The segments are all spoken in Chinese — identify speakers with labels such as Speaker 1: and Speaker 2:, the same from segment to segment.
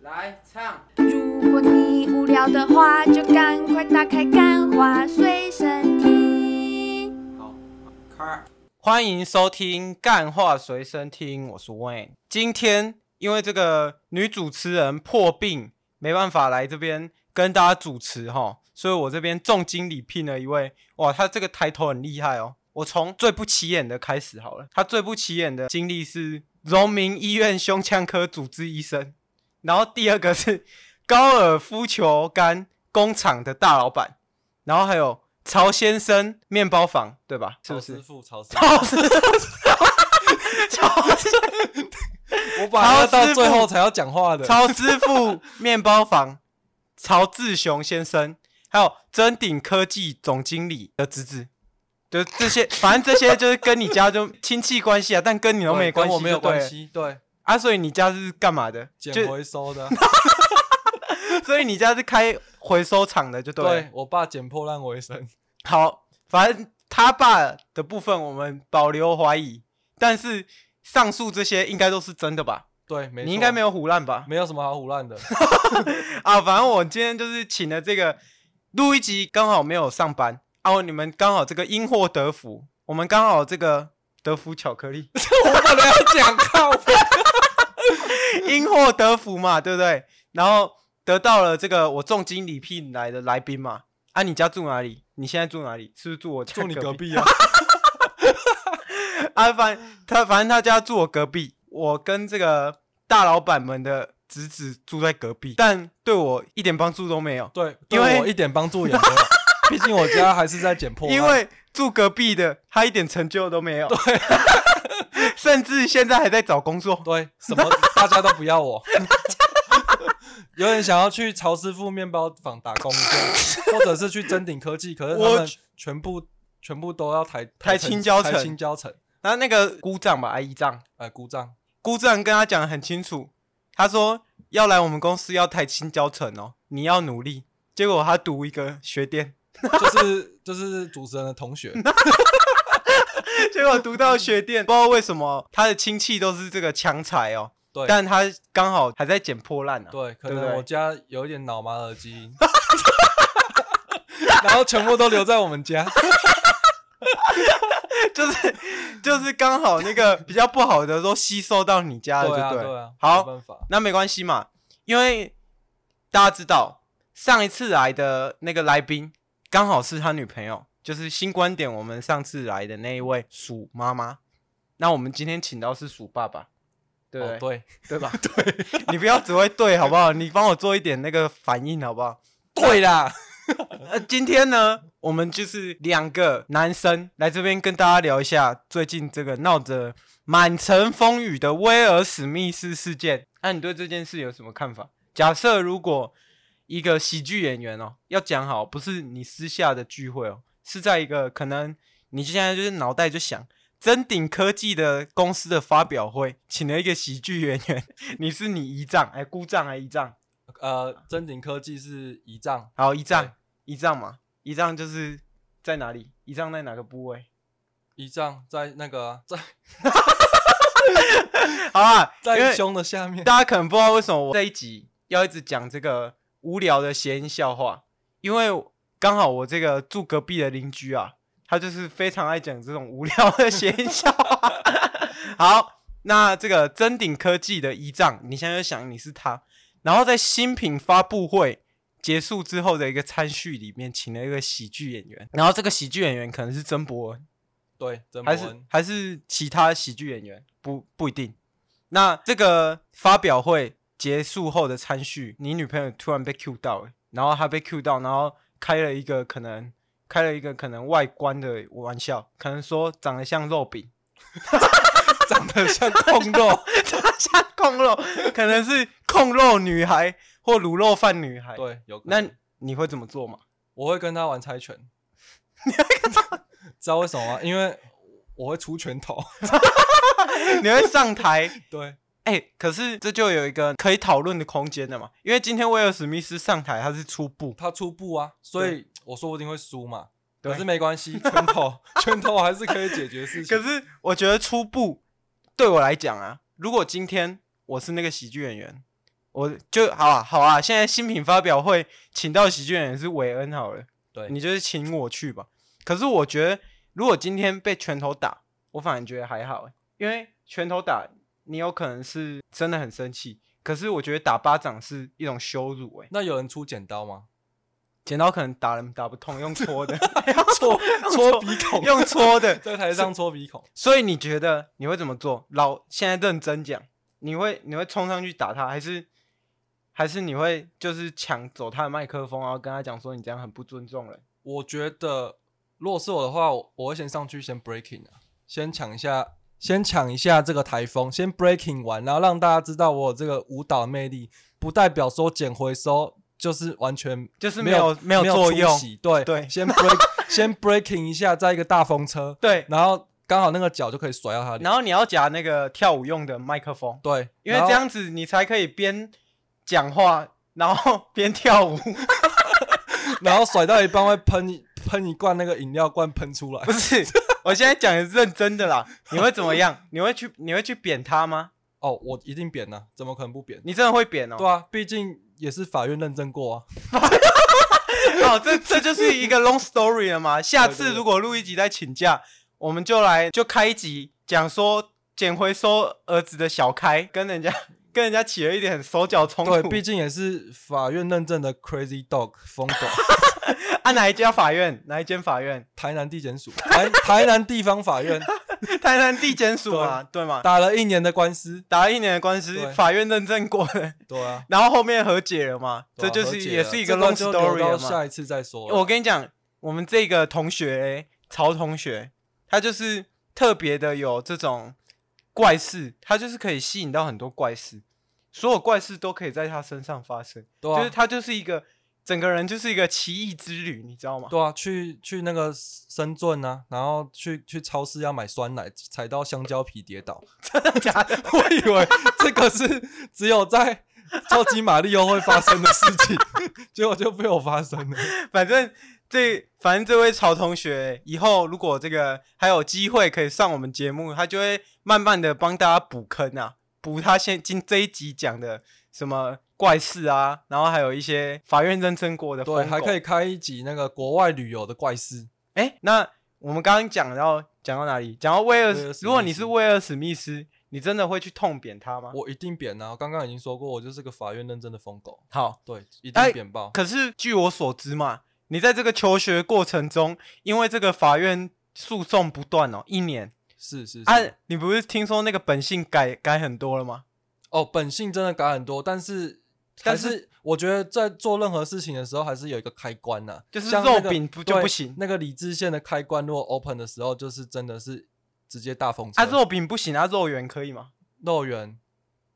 Speaker 1: 来唱，
Speaker 2: 如果你无聊的话，就赶快打开《干花随身听》。
Speaker 1: 好，开。
Speaker 3: 欢迎收听《干话随身听》，我是 Wayne。今天因为这个女主持人破病，没办法来这边跟大家主持哈，所以我这边重金礼聘了一位，哇，他这个抬头很厉害哦。我从最不起眼的开始好了，他最不起眼的经历是荣民医院胸腔科主治医生，然后第二个是高尔夫球杆工厂的大老板，然后还有曹先生面包房，对吧？是不是？
Speaker 4: 傅，曹师
Speaker 3: 曹师曹师
Speaker 4: 我本来要
Speaker 3: 曹师
Speaker 4: 到
Speaker 3: 傅
Speaker 4: 最后才要讲话的。
Speaker 3: 曹师傅面包房，曹志雄先生，还有真鼎科技总经理的侄子，就是这些，反正这些就是跟你家就亲戚关系啊，但跟你都没
Speaker 4: 对
Speaker 3: 关
Speaker 4: 跟
Speaker 3: 系，
Speaker 4: 我没有关。系，对，
Speaker 3: 啊，所以你家是干嘛的？
Speaker 4: 捡
Speaker 3: 就
Speaker 4: 回收的，
Speaker 3: 所以你家是开回收厂的， 就对了。
Speaker 4: 对我爸捡破烂为生，
Speaker 3: 好，反正他爸的部分我们保留怀疑，但是上述这些应该都是真的吧？
Speaker 4: 对，没错，
Speaker 3: 你应该没
Speaker 4: 有，
Speaker 3: 有胡乱吧？
Speaker 4: 没有什么好胡乱的，
Speaker 3: 啊，反正我今天就是请了这个录一集，刚好没有上班，啊，你们刚好这个因祸得福，我们刚好这个德芙巧克 力，
Speaker 4: 我本来要讲靠背，
Speaker 3: 因祸得福嘛，对不对？然后得到了这个我重金礼聘来的来宾嘛，啊，你家住哪里？你现在住哪里？是不是住我家
Speaker 4: 住你隔
Speaker 3: 隔壁？
Speaker 4: 壁啊，
Speaker 3: 啊，反他反正他家住我隔壁，我跟这个大老板们的侄子住在隔壁，但对我一点帮助都没有。
Speaker 4: 对，
Speaker 3: 因
Speaker 4: 对
Speaker 3: 为
Speaker 4: 我一点帮助也没有，毕竟我家还是在捡破烂，
Speaker 3: 因为住隔壁的他一点成就都没有，对， 甚至现在还在找工作。
Speaker 4: 对什么大家都不要我， 有点想要去曹师傅面包坊打工一 下，或者是去真鼎科技，可是
Speaker 3: 我
Speaker 4: 他们全部全部都要抬
Speaker 3: 抬青椒
Speaker 4: 抬
Speaker 3: 层
Speaker 4: 青椒层，
Speaker 3: 然后那个姑丈吧，阿姨丈，
Speaker 4: 哎，鼓掌，
Speaker 3: 姑丈跟他讲得很清楚，他说要来我们公司要抬青椒城哦，你要努力。结果他读一个学电，
Speaker 4: 就是 就是主持人的同学。
Speaker 3: 结果读到学电，不知道为什么他的亲戚都是这个强才哦，
Speaker 4: 对，
Speaker 3: 但他刚好还在捡破烂啊。
Speaker 4: 对，可
Speaker 3: 对不
Speaker 4: 能
Speaker 3: 对
Speaker 4: 我家有一点脑麻的基因， 然后全部都留在我们 家。
Speaker 3: 就是就是刚好那个比较不好的都吸收到你家了，
Speaker 4: 对啊，
Speaker 3: 不
Speaker 4: 对啊，
Speaker 3: 好
Speaker 4: 没，办法，
Speaker 3: 那没关系嘛，因为大家知道上一次来的那个来宾刚好是他女朋友，就是新观点我们上次来的那一位鼠妈妈。那我们今天请到是鼠爸爸，对不对？
Speaker 4: 哦 对
Speaker 3: 对吧？对，你不要只会对好不好？你帮我做一点那个反应好不好？
Speaker 4: 对啦，
Speaker 3: 呃，今天呢，我们就是两个男生来这边跟大家聊一下最近这个闹着满城风雨的威尔史密斯事件。那、你对这件事有什么看法？假设如果一个喜剧演员哦，要讲好，不是你私下的聚会哦，是在一个可能你现在就是脑袋就想。真鼎科技的公司的发表会，请了一个喜剧演员， 你是你姨丈，哎，姑丈还姨丈，
Speaker 4: 呃，真鼎科技是胰脏，
Speaker 3: 好，一
Speaker 4: 对
Speaker 3: 丈，一丈嘛，一丈就是在哪里？一丈在哪个部 位？
Speaker 4: 胰脏在那个啊在
Speaker 3: 好啊， 因
Speaker 4: 在
Speaker 3: 为
Speaker 4: 胸的下面。
Speaker 3: 大家可能不知道为什么我这一集要一直讲这个无聊的谐音笑话，因为刚好我这个住隔壁的邻居啊，他就是非常爱讲这种无聊的谐音笑话。好，那这个真鼎科技的一丈，你现在就想你是他，然后在新品发布会。结束之后的一个餐叙里面，请了一个喜剧演员，然后这个喜剧演员可能是曾伯恩，
Speaker 4: 对，曾伯
Speaker 3: 还是
Speaker 4: 恩，
Speaker 3: 还是其他喜剧演员，不不一定。那这个发表会结束后的餐叙，你女朋友突然被 Q 到、欸，然后她被 Q 到，然后开了一个可能开了一个可能外观的玩笑，可能说长得像肉饼，
Speaker 4: 长得像空肉。
Speaker 3: 长得像控肉，可能是控肉女孩或卤肉饭女孩。，
Speaker 4: 对，有可
Speaker 3: 那
Speaker 4: 能
Speaker 3: 你会怎么做嘛？
Speaker 4: 我会跟他玩猜拳。 知道为什么吗？因为我会出拳头。
Speaker 3: 你会上台
Speaker 4: 对，
Speaker 3: 哎、可是这就有一个可以讨论的空间了嘛，因为今天威尔史密斯上台，他是初步，
Speaker 4: 他出布啊，所以我说不定会输嘛。
Speaker 3: 对
Speaker 4: 可是没关 系，拳头拳头还是可以解决事情。
Speaker 3: 可是我觉得初步对我来讲啊，如果今天我是那个喜剧演员，我就好啊，好啊！现在新品发表会，请到喜剧演员是韦恩好了，
Speaker 4: 对
Speaker 3: 你就是请我去吧。可是我觉得，如果今天被拳头打，我反而觉得还好欸，因为拳头打你有可能是真的很生气，可是我觉得打巴掌是一种羞辱哎、
Speaker 4: 那有人出剪 刀吗？
Speaker 3: 剪刀可能打人打不痛，用戳的，
Speaker 4: 戳戳鼻孔，
Speaker 3: 用戳的，
Speaker 4: 在台上戳鼻孔。
Speaker 3: 所以你觉得你会怎么做？老现在认真讲，你会你会冲上去打他，还是还是你会就是抢走他的麦克风，然后跟他讲说你这样很不尊重人？
Speaker 4: 我觉得如果是我的话，我我会先上去先 breaking 啊，先抢一下，先抢一下这个台风，先 breaking 完，然后让大家知道我有这个舞蹈魅力，不代表说捡回收就是完全
Speaker 3: 就是
Speaker 4: 没
Speaker 3: 没有
Speaker 4: 没
Speaker 3: 没有作
Speaker 4: 出
Speaker 3: 用
Speaker 4: 息对
Speaker 3: 对
Speaker 4: 先 break 先 breaking 一下，再一个大风车，
Speaker 3: 对，
Speaker 4: 然后刚好那个脚就可以甩到他脸，
Speaker 3: 然后你要夹那个跳舞用的麦克风，
Speaker 4: 对，
Speaker 3: 因为
Speaker 4: 然后
Speaker 3: 这样子你才可以边讲话然后边跳舞，
Speaker 4: 然后甩到一半会喷一喷一罐那个饮料罐喷出来
Speaker 3: 不，是？我现在讲的是认真的啦，你会怎么样？你会去你会去扁他吗？
Speaker 4: 哦，我一定扁呐、怎么可能不扁？
Speaker 3: 你真的会扁哦？
Speaker 4: 对啊，毕竟也是法院认证过啊。
Speaker 3: 好，哦这这就是一个 long story 了嘛。下
Speaker 4: 对
Speaker 3: 次
Speaker 4: 对
Speaker 3: 如果录一集再请假，我们就来就开一集讲说捡回收儿子的小开跟人家 跟人家起了一点手脚冲
Speaker 4: 对，
Speaker 3: 突。
Speaker 4: 毕竟也是法院认证的 Crazy Dog 疯狗，
Speaker 3: 啊，哪一家法院？哪一间法院？
Speaker 4: 台南地检署、台台南地方 法院
Speaker 3: 台南地检署嘛，对吗？
Speaker 4: 打了一年的官司。
Speaker 3: 打了一年的官司，
Speaker 4: 对
Speaker 3: 法院认证过了，
Speaker 4: 对啊，
Speaker 3: 然后后面和解了嘛，
Speaker 4: 对
Speaker 3: 这
Speaker 4: 啊
Speaker 3: 就是
Speaker 4: 和解
Speaker 3: 也
Speaker 4: 了
Speaker 3: 是一
Speaker 4: 这
Speaker 3: 个 long
Speaker 4: 就留
Speaker 3: story
Speaker 4: 到
Speaker 3: 了嘛。
Speaker 4: 下一次再说了。啊
Speaker 3: 我跟你讲，我们这个同学、曹同学，他就是特别的有这种怪事，他就是可以吸引到很多怪事，所有怪事都可以在他身上发生，
Speaker 4: 对
Speaker 3: 就是
Speaker 4: 啊，
Speaker 3: 他就是一个整个人就是一个奇异之旅，你知道吗？
Speaker 4: 对啊，去去那个深圳啊，然后去去超市要买酸奶，踩到香蕉皮跌倒。
Speaker 3: 真的假的？
Speaker 4: 我以为这个是只有在超级马里奥会发生的事情， 结果就被我发生 了。
Speaker 3: 反正这反正这位曹同学以后如果这个还有机会可以上我们节目，他就会慢慢的帮大家补坑啊，补他现今这一集讲的什么怪事啊，然后还有一些法院认证过的
Speaker 4: 对，还可
Speaker 3: 以
Speaker 4: 以开一集那个国外旅游的怪事。
Speaker 3: 哎、诶那我们刚刚讲到讲到哪里？讲到威尔
Speaker 4: 威尔史密
Speaker 3: 史，
Speaker 4: 斯
Speaker 3: 如果你是威尔史密斯，你真的会去痛扁他吗？
Speaker 4: 我一定扁啊！我刚刚已经说过，我就是个法院认证的疯狗，
Speaker 3: 好，
Speaker 4: 对，一
Speaker 3: 哎
Speaker 4: 定扁爆。
Speaker 3: 可是据我所知嘛，你在这个求学过程中，因为这个法院诉讼不断哦，一年。
Speaker 4: 是是是、
Speaker 3: 啊，你不是听说那个本性改改很多了吗？
Speaker 4: 哦，本性真的改很多，但是
Speaker 3: 但
Speaker 4: 还是我觉得在做任何事情的时候，还是有一个开关呐、
Speaker 3: 就是
Speaker 4: 像那
Speaker 3: 肉
Speaker 4: 个
Speaker 3: 饼不就
Speaker 4: 对
Speaker 3: 不行
Speaker 4: 那个理智线的开关，如果 open 的时候，就是真的是直接大风车。
Speaker 3: 啊，肉饼不行啊，肉圆可以吗？
Speaker 4: 肉圆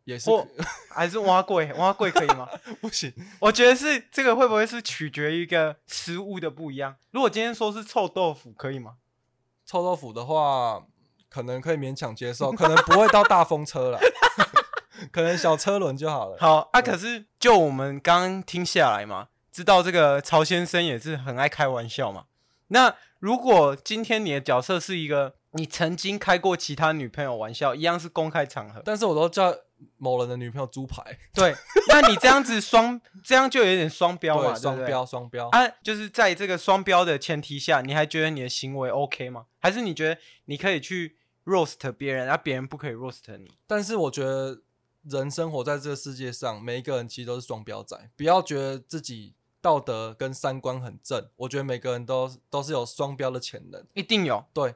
Speaker 4: 也是
Speaker 3: 或
Speaker 4: 可
Speaker 3: 还是蛙 贵，蛙贵可以吗？
Speaker 4: 不行，
Speaker 3: 我觉得是这个会不会是取决于一个食物的不一样？如果今天说是臭豆腐可以吗？
Speaker 4: 臭豆腐的话，可能可以勉强接受，可能不会到大风车了， 可能小车轮就好了。
Speaker 3: 好啊，
Speaker 4: 对
Speaker 3: 可是就我们刚刚听下来嘛，知道这个曹先生也是很爱开玩笑嘛。那如果今天你的角色是一个你曾经开过其他女朋友玩笑，一样是公开场合，
Speaker 4: 但是我都叫某人的女朋友猪排，
Speaker 3: 对， 那你这样子双，这样就有点双标嘛，
Speaker 4: 对，
Speaker 3: 对
Speaker 4: 双
Speaker 3: 不对
Speaker 4: 标双标。
Speaker 3: 啊，就是在这个双标的前提下，你还觉得你的行为 OK 吗？还是你觉得你可以去 roast 别人，啊，别人不可以 roast 你？
Speaker 4: 但是我觉得人生活在这个世界上，每一个人其实都是双标仔，不要觉得自己道德跟三观很正。我觉得每个人都都是有双标的潜能。
Speaker 3: 一定有，
Speaker 4: 对，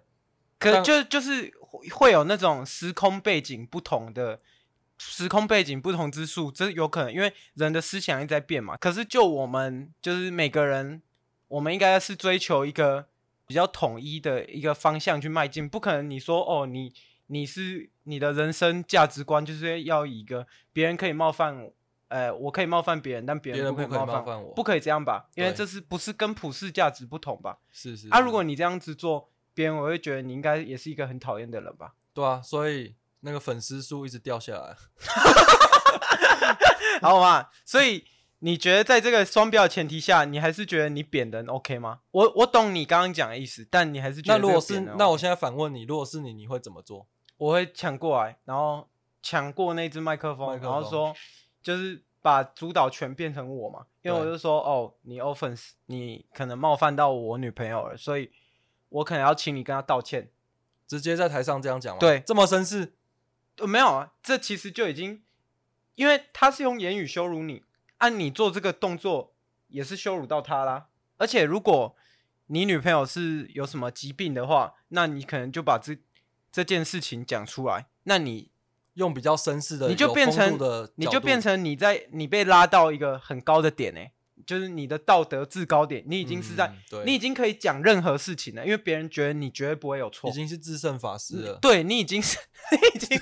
Speaker 3: 可
Speaker 4: 但
Speaker 3: 就就是会会有那种时空背景不同的。时空背景不同之处，这有可能，因为人的思想一直在变嘛。可是就我们，就是每个人，我们应该是追求一个比较统一的一个方向去迈进，不可能你说哦，你你是你的人生价值观就是要以一个别人可以冒犯我，呃，我可以冒犯别人，但别
Speaker 4: 别人
Speaker 3: 不可
Speaker 4: 不可以
Speaker 3: 以
Speaker 4: 冒
Speaker 3: 冒
Speaker 4: 犯我
Speaker 3: 不可以这样吧？因为
Speaker 4: 对
Speaker 3: 这是不是跟普世价值不同吧？
Speaker 4: 是是
Speaker 3: 啊，如果
Speaker 4: 你
Speaker 3: 你这样子做，别人我会觉得你应该也是一个很讨厌的人吧？
Speaker 4: 对啊，所以那个粉丝数一直掉下来。
Speaker 3: 好嘛，所以你觉得在这个双标的前提下，你还是觉得你扁人 OK 吗？我我懂你刚刚讲的意思，但你还是觉
Speaker 4: 那
Speaker 3: 得
Speaker 4: 如
Speaker 3: 这
Speaker 4: 果
Speaker 3: 个
Speaker 4: 是
Speaker 3: 扁人
Speaker 4: 那
Speaker 3: OK
Speaker 4: 我现在反问你，如果是你，你会怎么做？
Speaker 3: 我会抢过来，然后抢过那只麦克风，
Speaker 4: 麦克
Speaker 3: 然后
Speaker 4: 风
Speaker 3: 说就是把主导权变成我嘛，因为我
Speaker 4: 对
Speaker 3: 就说哦，你 offense，你可能冒犯到我女朋友了，所以我可能要请你跟她道歉。
Speaker 4: 直接在台上这样讲吗？
Speaker 3: 对
Speaker 4: 这么绅士，
Speaker 3: 呃，没有啊，这其实就已经，因为他是用言语羞辱你，按、你做这个动作也是羞辱到他啦。而且如果你女朋友是有什么疾病的话，那你可能就把这这件事情讲出来，那你
Speaker 4: 用比较绅士的，
Speaker 3: 你就
Speaker 4: 有
Speaker 3: 变
Speaker 4: 风
Speaker 3: 成
Speaker 4: 度的，
Speaker 3: 你就变，成你在你被拉到一个很高的点诶、欸就是你的道德制高点，你已经是在、
Speaker 4: 嗯对
Speaker 3: 你已经可以讲任何事情了，因为别人觉得你绝对不会有错
Speaker 4: 已，经是啊至圣法师了。
Speaker 3: 对你已经是 你已经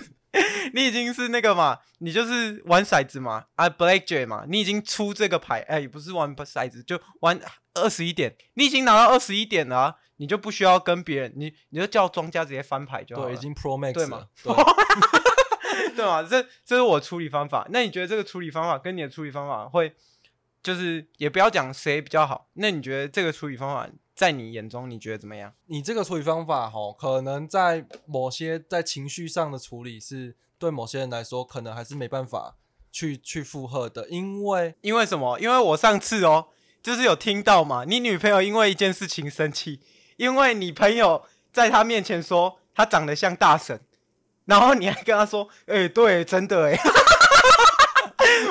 Speaker 3: 你已经是那个嘛，你就是玩骰子嘛，啊 blackjack 嘛，你已经出这个牌，哎、不是玩骰子，就玩二十一点，你已经拿到二十一点了啊、你就不需要跟别人，你你就叫庄家直接翻牌就好了，
Speaker 4: 对，已经 Pro Max
Speaker 3: 对
Speaker 4: 了
Speaker 3: 嘛。
Speaker 4: 对，
Speaker 3: 对嘛？这这是我处理方法。那你觉得这个处理方法跟你的处理方法会，就是也不要讲谁比较好，那你觉得这个处理方法在你眼中你觉得怎么样？
Speaker 4: 你这个处理方法哈，可能在某些在情绪上的处理是对某些人来说，可能还是没办法去去负荷的，因为
Speaker 3: 因为什么？因为我上次哦，就是有听到嘛，你女朋友因为一件事情生气，因为你朋友在她面前说她长得像大婶，然后你还跟她说，哎、对，真的哎，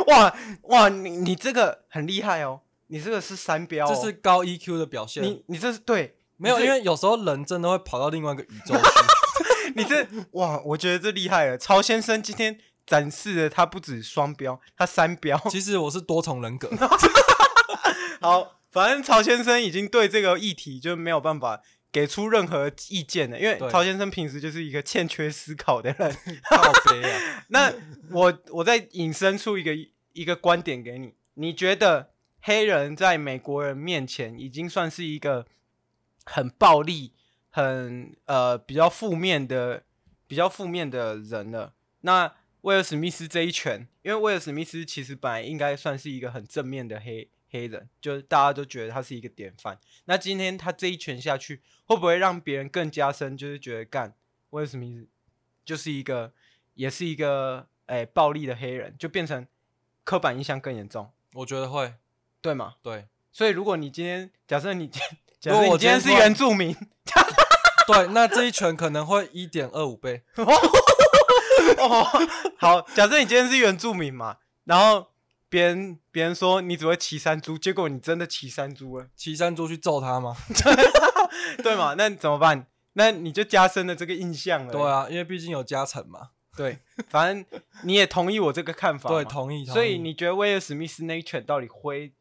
Speaker 3: 哇哇，你你这个很厉害哦，你这个是三标、哦，
Speaker 4: 这是高 EQ 的表现。
Speaker 3: 你你这是对，
Speaker 4: 没有，
Speaker 3: 你这
Speaker 4: 因为有时候人真的会跑到另外一个宇宙 去。
Speaker 3: 你这 哇，我觉得这厉害了。曹先生今天展示了他不止双标，他三标。
Speaker 4: 其实我是多重人 格，
Speaker 3: 好，反正曹先生已经对这个议题就没有办法给出任何意见了，因为
Speaker 4: 对
Speaker 3: 曹先生平时就是一个欠缺思考的人。
Speaker 4: 靠悲啊！
Speaker 3: 那我我再引申出一个一个观点给你，你觉得黑人在美国人面前已经算是一个很暴力、很呃比较负面的、比较负面的人了？那威尔史密斯这一拳，因为威尔史密斯其实本来应该算是一个很正面的黑黑人，就是大家都觉得他是一个典范。那今天他这一拳下去，会不会让别人更加深，就是觉得干威尔史密斯就是一个，也是一个哎、暴力的黑人，就变成刻板印象更严重，
Speaker 4: 我觉得会，
Speaker 3: 对吗？
Speaker 4: 对
Speaker 3: 所以如果你今天假设你今假
Speaker 4: 如果
Speaker 3: 设
Speaker 4: 我
Speaker 3: 你今
Speaker 4: 今
Speaker 3: 天
Speaker 4: 天突
Speaker 3: 是
Speaker 4: 然
Speaker 3: 原住民，
Speaker 4: 对，那这一拳可能会一点二五倍。
Speaker 3: 哦，好，假设你今天是原住民嘛，然后别人别人说你只会骑山猪，结果你真的骑山猪了，
Speaker 4: 骑山猪去揍他吗？
Speaker 3: 对吗？那怎么办？那你就加深了这个印象了。
Speaker 4: 对啊，因为毕竟有加成嘛。
Speaker 3: 对，反正你也同意我这个看法嘛。
Speaker 4: 对，同意。同
Speaker 3: 所
Speaker 4: 意
Speaker 3: 以你觉得威尔史密斯那一拳到底挥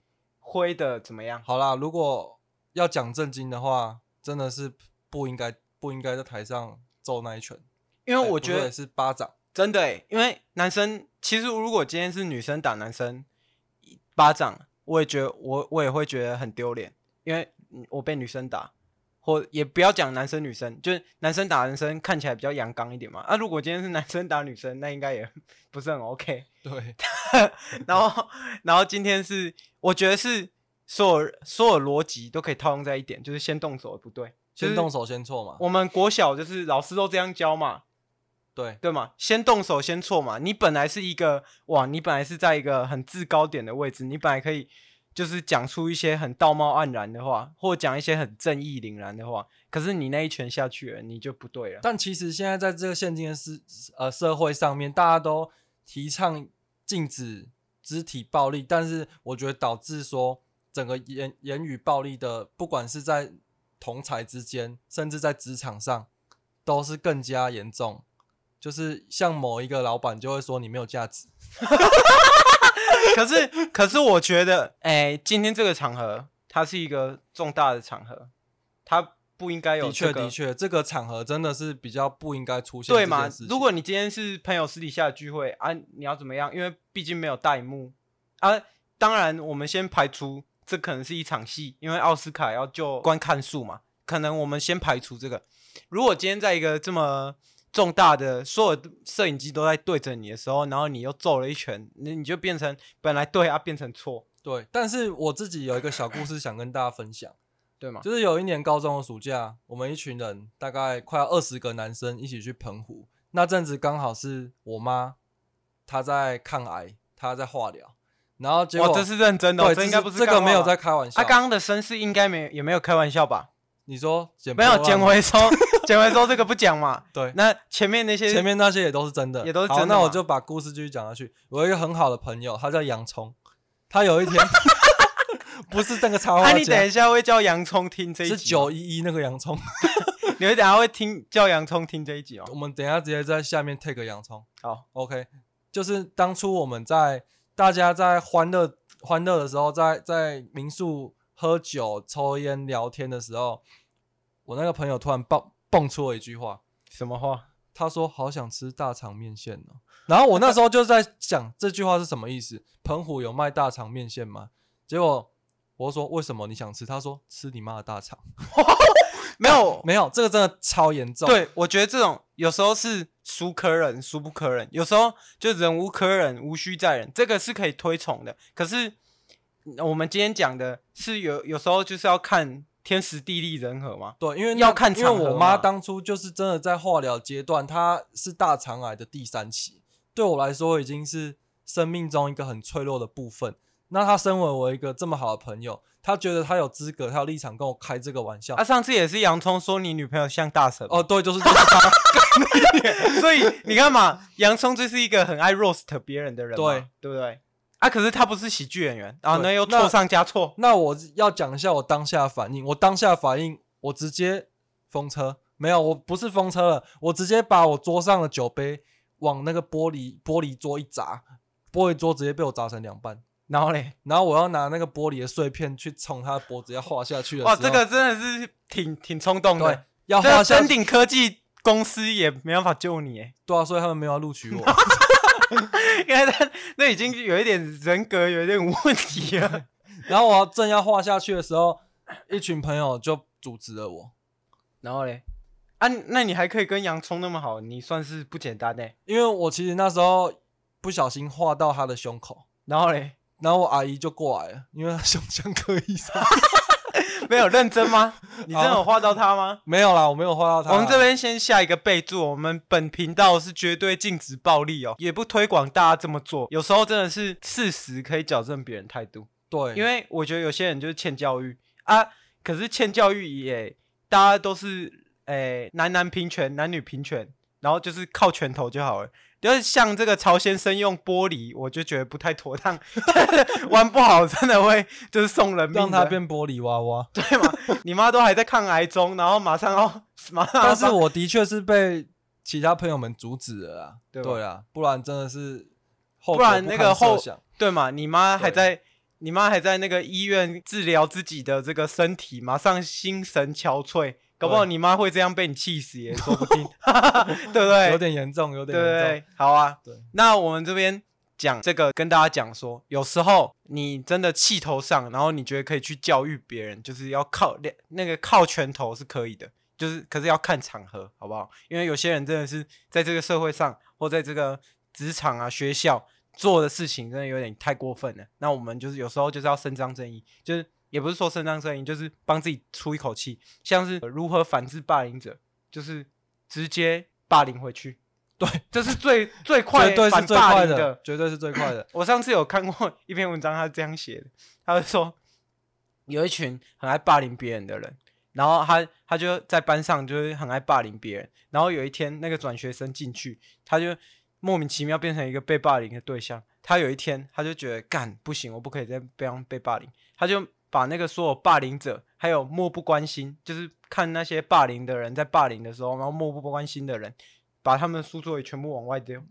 Speaker 3: 挥的怎么样？
Speaker 4: 好啦，如果要讲正经的话，真的是不应该不应该在台上揍那一拳，
Speaker 3: 因为我
Speaker 4: 哎
Speaker 3: 觉
Speaker 4: 不
Speaker 3: 得
Speaker 4: 对是巴掌，
Speaker 3: 真的欸，因为男生其实如果今天是女生打男生一巴掌，我也觉得我我也会觉得很丢脸，因为嗯我被女生打，或也不要讲男生女生，就是男生打男生看起来比较阳刚一点嘛。啊，如果今天是男生打女生，那应该也 不是很 OK。
Speaker 4: 对，
Speaker 3: 然后然后今天是我觉得是所有所有逻辑都可以套用在一点，就是先动手的不对，就是
Speaker 4: 先动手先错嘛，
Speaker 3: 我们国小就是老师都这样教嘛，
Speaker 4: 对，
Speaker 3: 对嘛？先动手先错嘛。你本来是一个哇，你本来是在一个很制高点的位置，你本来可以就是讲出一些很道貌岸然的话，或讲一些很正义凛然的话。可是你那一拳下去了，你就不对了。
Speaker 4: 但其实现在在这个现今的社呃社会上面，大家都提倡禁止肢体暴力，但是我觉得导致说整个言言语暴力的，不管是在同才之间，甚至在职场上，都是更加严重。就是像某一个老板就会说你没有价值，
Speaker 3: 可是可是我觉得，哎，今天这个场合它是一个重大的场合，它不应该有
Speaker 4: 的确
Speaker 3: 这个
Speaker 4: 的确，这个场合真的是比较不应该出现
Speaker 3: 对
Speaker 4: 嘛
Speaker 3: 嘛？？如果你今天是朋友私底下的聚会啊，你要怎么样？因为毕竟没有大荧幕啊。当然，我们先排除这可能是一场戏，因为奥斯卡要就观看数嘛，可能我们先排除这个。如果今天在一个这么重大的，所有摄影机都在对着你的时候，然后你又揍了一拳，你你就变成本来对啊变成错，
Speaker 4: 对，但是我自己有一个小故事想跟大家分享，
Speaker 3: 对吗？
Speaker 4: 就是有一年高中的暑假，我们一群人大概快要二十个男生一起去澎湖，那阵子刚好是我妈她在抗癌，她在化疗，然后结
Speaker 3: 哇
Speaker 4: 果，
Speaker 3: 这是认真的哦、
Speaker 4: 对，
Speaker 3: 这应该不是
Speaker 4: 这个
Speaker 3: 干话
Speaker 4: 没有
Speaker 3: 吧
Speaker 4: 在。开玩笑。
Speaker 3: 他刚刚的绅士应该没也没有开玩笑吧？
Speaker 4: 你说捡
Speaker 3: 没有
Speaker 4: 破烂
Speaker 3: 捡
Speaker 4: 吗
Speaker 3: 回 收，捡回收这个不讲嘛。
Speaker 4: 对，
Speaker 3: 那前面那些
Speaker 4: 前面那些也都是真的，
Speaker 3: 也都是
Speaker 4: 好
Speaker 3: 真的
Speaker 4: 那我
Speaker 3: 嘛
Speaker 4: 就把故事继续讲下去。我有一个很好的朋友，他叫洋葱，他 有一天不是那个插
Speaker 3: 啊，
Speaker 4: 画
Speaker 3: 你等
Speaker 4: 家
Speaker 3: 一，下会叫洋葱听这一集
Speaker 4: 是
Speaker 3: 吗，
Speaker 4: 九一一那个洋葱。
Speaker 3: 你会等一下会听叫洋葱听这一集哦
Speaker 4: 我。们等一下直接在下面 take 洋葱。
Speaker 3: 好，
Speaker 4: OK，就是当初我们在大家在欢乐欢乐的时候，在在民宿喝酒、抽烟、聊天的时候，我那个朋友突然蹦蹦出了一句话，
Speaker 3: 什么话？
Speaker 4: 他说好想吃大肠面线哦。然后我那时候就在想这句话是什么意思？澎湖有卖大肠面线吗？结果我说为什么你想吃？他说吃你妈的大肠。
Speaker 3: 没有，
Speaker 4: 没有，这个真的超严重。，
Speaker 3: 对，我觉得这种有时候是孰可忍孰不可忍，有时候就忍无可忍，无需再忍，这个是可以推崇的。可是嗯我们今天讲的是有有时候就是要看天时地利人和嘛。
Speaker 4: 对，因为那
Speaker 3: 要看
Speaker 4: 因为
Speaker 3: 场合
Speaker 4: 我妈
Speaker 3: 嘛
Speaker 4: 当初就是真的在化疗阶段，她是大肠癌的第三期，对我来说已经是生命中一个很脆弱的部分。那她身为我一个这么好的朋友，她觉得她有资格，她有立场跟我开这个玩笑。
Speaker 3: 啊，上次也是洋葱说你女朋友像大神嘛，
Speaker 4: 哦，对，就是就是她，
Speaker 3: 所以你看嘛，洋葱就是一个很爱 roast 别人的人嘛，
Speaker 4: 对
Speaker 3: 对不对？啊，可是他不是喜剧演员，然后
Speaker 4: 对
Speaker 3: 呢又
Speaker 4: 那
Speaker 3: 错上加错，
Speaker 4: 那我要讲一下我当下的反应，我当下的反应，我直接封车，没有，我不是封车了，我直接把我桌上的酒杯往那个玻璃玻璃桌一砸，玻璃桌直接被我砸成两半。
Speaker 3: 然后嘞，
Speaker 4: 然后我要拿那个玻璃的碎片去从他的脖子要画下去的时
Speaker 3: 哇，
Speaker 4: 候，
Speaker 3: 这个真的是挺挺冲动
Speaker 4: 对
Speaker 3: 的，
Speaker 4: 要画
Speaker 3: 这
Speaker 4: 下
Speaker 3: 深
Speaker 4: 去，
Speaker 3: 鼎科技公司也没办法救你，哎，
Speaker 4: 对啊，所以他们没有要录取我。
Speaker 3: 因为他那已经有一点人格有一点问题了。
Speaker 4: 然后我要正要画下去的时候，一群朋友就阻止了我，
Speaker 3: 然后嘞，啊，那你还可以跟洋葱那么好，你算是不简单呢。
Speaker 4: 因为我其实那时候不小心画到他的胸口，
Speaker 3: 然后嘞，
Speaker 4: 然后我阿姨就过来了，因为她胸腔科医生
Speaker 3: 没有认真吗？你真的有画到他吗？
Speaker 4: 没有啦，我没有画到他。
Speaker 3: 我们这边先下一个备注，我们本频道是绝对禁止暴力哦，也不推广大家这么做。有时候真的是事实可以矫正别人态度，
Speaker 4: 对，
Speaker 3: 因为我觉得有些人就是欠教育啊，可是欠教育也大家都是诶男男平权，男女平权，然后就是靠拳头就好了。就是像这个曹先生用玻璃，我就觉得不太妥当， 玩不好真的会就是送人命的。
Speaker 4: 让他变玻璃娃娃。
Speaker 3: 你妈都还在抗癌中，然后马上要马上要
Speaker 4: 但是我的确是被其他朋友们阻止了啦，
Speaker 3: 对吧
Speaker 4: 对啊，不然真的是后
Speaker 3: 不然
Speaker 4: 果
Speaker 3: 那
Speaker 4: 堪
Speaker 3: 个
Speaker 4: 设
Speaker 3: 后
Speaker 4: 想
Speaker 3: 对嘛？你妈还
Speaker 4: 对
Speaker 3: 在，你妈还在那个医院治疗自己的这个身体，马上心神憔悴，搞不好
Speaker 4: 对
Speaker 3: 你妈会这样被你气死 也说不定， 对不对？
Speaker 4: 有点严重，有点
Speaker 3: 对
Speaker 4: 严重。
Speaker 3: 对，好啊。
Speaker 4: 对，
Speaker 3: 那我们这边讲这个，跟大家讲说，有时候你真的气头上，然后你觉得可以去教育别人，就是要靠那个靠拳头是可以的，就是可是要看场合，好不好？因为有些人真的是在这个社会上或在这个职场啊、学校做的事情，真的有点太过分了。那我们就是有时候就是要伸张正义，就是。也不是说伸张正义，就是帮自己出一口气，像是呃如何反制霸凌者，就是直接霸凌回去，
Speaker 4: 对，
Speaker 3: 这是最最快
Speaker 4: 绝对是
Speaker 3: 反
Speaker 4: 最
Speaker 3: 霸
Speaker 4: 快
Speaker 3: 凌
Speaker 4: 的，。绝对是最快 的。
Speaker 3: 我上次有看过一篇文章，他这样写的，他就说有一群很爱霸凌别人的人，然后他他就在班上就是很爱霸凌别人，然后有一天那个转学生进去，他就莫名其妙变成一个被霸凌的对象。他有一天他就觉得干不行，我不可以再这样被霸凌，他就把那个所有霸凌者，还有漠不关心，就是看那些霸凌的人在霸凌的时候，然后漠不关心的人，把他们的书桌椅全部往外丢，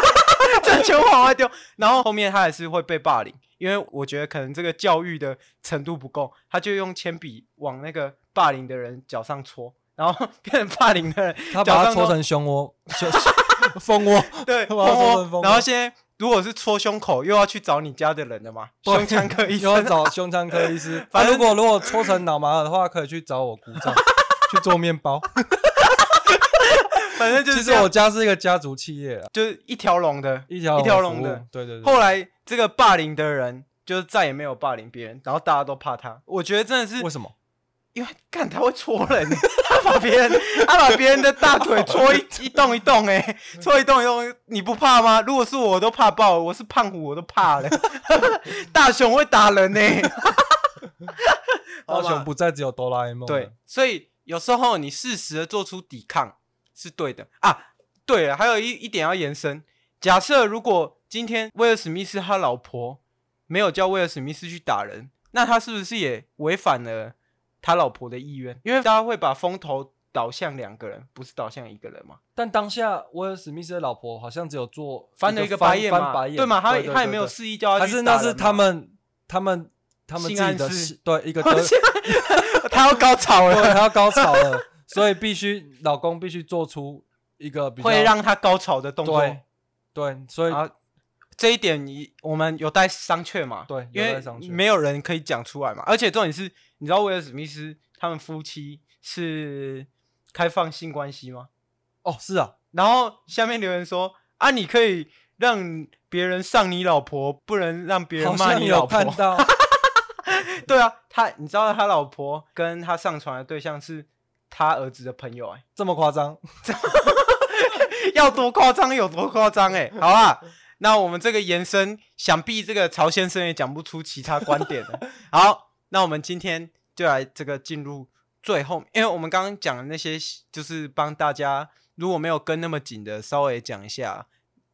Speaker 3: 这全部往外丢。然后后面他还是会被霸凌，因为我觉得可能这个教育的程度不够，他就用铅笔往那个霸凌的人脚上戳，然后 变成霸凌的人
Speaker 4: 他把
Speaker 3: 脚
Speaker 4: 它
Speaker 3: 上
Speaker 4: 搓
Speaker 3: 都
Speaker 4: 成胸窝，胸 蜂窝。
Speaker 3: 对，
Speaker 4: 我要说成蜂
Speaker 3: 然后
Speaker 4: 窝
Speaker 3: 现在如果是戳胸口，又要去找你家的人了嘛，
Speaker 4: 对
Speaker 3: 胸腔 科医
Speaker 4: 又要
Speaker 3: 生。
Speaker 4: 找胸腔科医师。
Speaker 3: 反
Speaker 4: 反
Speaker 3: 正
Speaker 4: 正如果如果搓成脑麻的话，可以去找我姑 丈去做面包。
Speaker 3: 反正就
Speaker 4: 其
Speaker 3: 是
Speaker 4: 实
Speaker 3: 这样
Speaker 4: 我家是一个家族企业啊，
Speaker 3: 就是一条龙 的，
Speaker 4: 一条
Speaker 3: 一条
Speaker 4: 龙
Speaker 3: 龙的
Speaker 4: 服务。对对对。
Speaker 3: 后来这个霸凌的人就再也没有霸凌别人，然后大家都怕他。我觉得真的是
Speaker 4: 为什么？
Speaker 3: 因为干他会戳 人，他把别人他把别人的大腿戳一一动一动、欸， 哎，戳一动一动，你不怕吗？如果是我我都怕爆了，我是胖虎我都怕 了，大雄会打人呢、 欸，好
Speaker 4: 高
Speaker 3: 吧
Speaker 4: 雄不再只有哆啦 A 梦。
Speaker 3: 对，，所以有时候你适时的做出抵抗是对的啊。对了，还有一一点要延伸，假设如果今天威尔史密斯他老婆没有叫威尔史密斯去打人，那他是不是也违反了他老婆的意愿？因为大家会把风头导向两个人，不是导向一个人嘛？
Speaker 4: 但当下威尔史密斯的老婆好像只有做
Speaker 3: 翻了一个白眼嘛，
Speaker 4: 翻白眼
Speaker 3: 对嘛？他
Speaker 4: 对
Speaker 3: 他也没有
Speaker 4: 对
Speaker 3: 肆意叫他
Speaker 4: 还
Speaker 3: 去
Speaker 4: 是
Speaker 3: 打
Speaker 4: 那
Speaker 3: 人
Speaker 4: 是
Speaker 3: 嘛
Speaker 4: 他，们他们他们自己
Speaker 3: 性暗
Speaker 4: 的
Speaker 3: 示
Speaker 4: 事 对一个
Speaker 3: 我
Speaker 4: 德
Speaker 3: 现在 他要高潮
Speaker 4: 对，啊
Speaker 3: 了，
Speaker 4: 他要高 潮了，所以必须老公必须做出一个比较
Speaker 3: 会让他高潮的动作。
Speaker 4: 对对，所以
Speaker 3: 啊，这一点你我们有待商榷嘛？
Speaker 4: 对
Speaker 3: 因
Speaker 4: 有
Speaker 3: 为
Speaker 4: 待商榷
Speaker 3: 没有人可以讲出来嘛。而且重点是，你知道威尔史密斯他们夫妻是开放性关系吗？
Speaker 4: 哦是啊，
Speaker 3: 然后下面留言说啊，你可以让别人上你老婆，不能让别
Speaker 4: 好
Speaker 3: 人骂
Speaker 4: 像
Speaker 3: 你
Speaker 4: 有
Speaker 3: 老
Speaker 4: 看
Speaker 3: 婆。
Speaker 4: 到
Speaker 3: 对啊，他你知道他老婆跟他上床的对象是他儿子的朋友、欸，
Speaker 4: 这么夸张，
Speaker 3: 要多夸张有多夸张哎，好啦，那我们这个延伸，想必这个曹先生也讲不出其他观点了。好，那我们今天就来这个进入最后，因为我们刚刚讲的那些，就是帮大家如果没有跟那么紧的，稍微讲一下，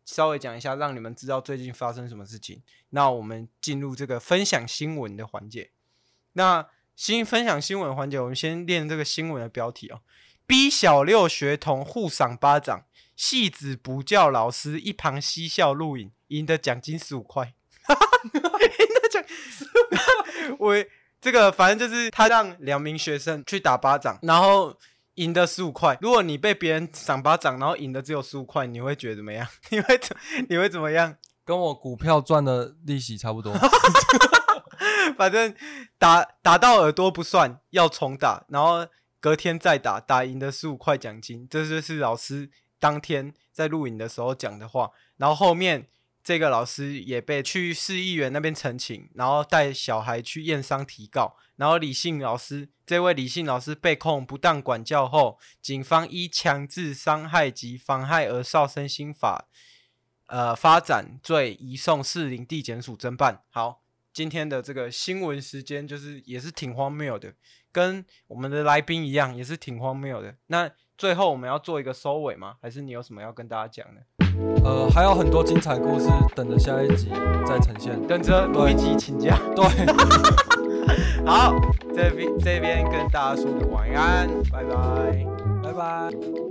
Speaker 3: 稍微讲一下，让你们知道最近发生什么事情。那我们进入这个分享新闻的环节。那新分享新闻环节，我们先练这个新闻的标题哦。B 小六学童互赏巴掌，戏子不教老师，一旁嬉笑录影，赢得奖金十五块。 赢得奖金， 我这个反正就是他让两名学生去打巴掌，然后赢得十五块。如果你被别人赏巴掌，然后赢的只有十五块，你会觉得怎么样？ 你会怎你会怎么样？
Speaker 4: 跟我股票赚的利息差不多。
Speaker 3: 反正打打到耳朵不算，要重打，然后隔天再打，打赢的十五块奖金，这就是老师当天在录影的时候讲的话。然后后面这个老师也被去市议员那边澄清，然后带小孩去验伤提告。然后李信老师，这位李信老师被控不当管教后，警方依强制伤害及妨害儿少身心法。呃，发展罪移送士林地检署侦办。好，今天的这个新闻时间就是也是挺荒谬的，跟我们的来宾一样，也是挺荒谬的。那最后我们要做一个收尾吗？还是你有什么要跟大家讲的？
Speaker 4: 呃，还有很多精彩故事等着下一集再呈现。
Speaker 3: 等着录一集请假。
Speaker 4: 对，
Speaker 3: 好，这边这边跟大家说个晚安，拜拜。
Speaker 4: 拜拜。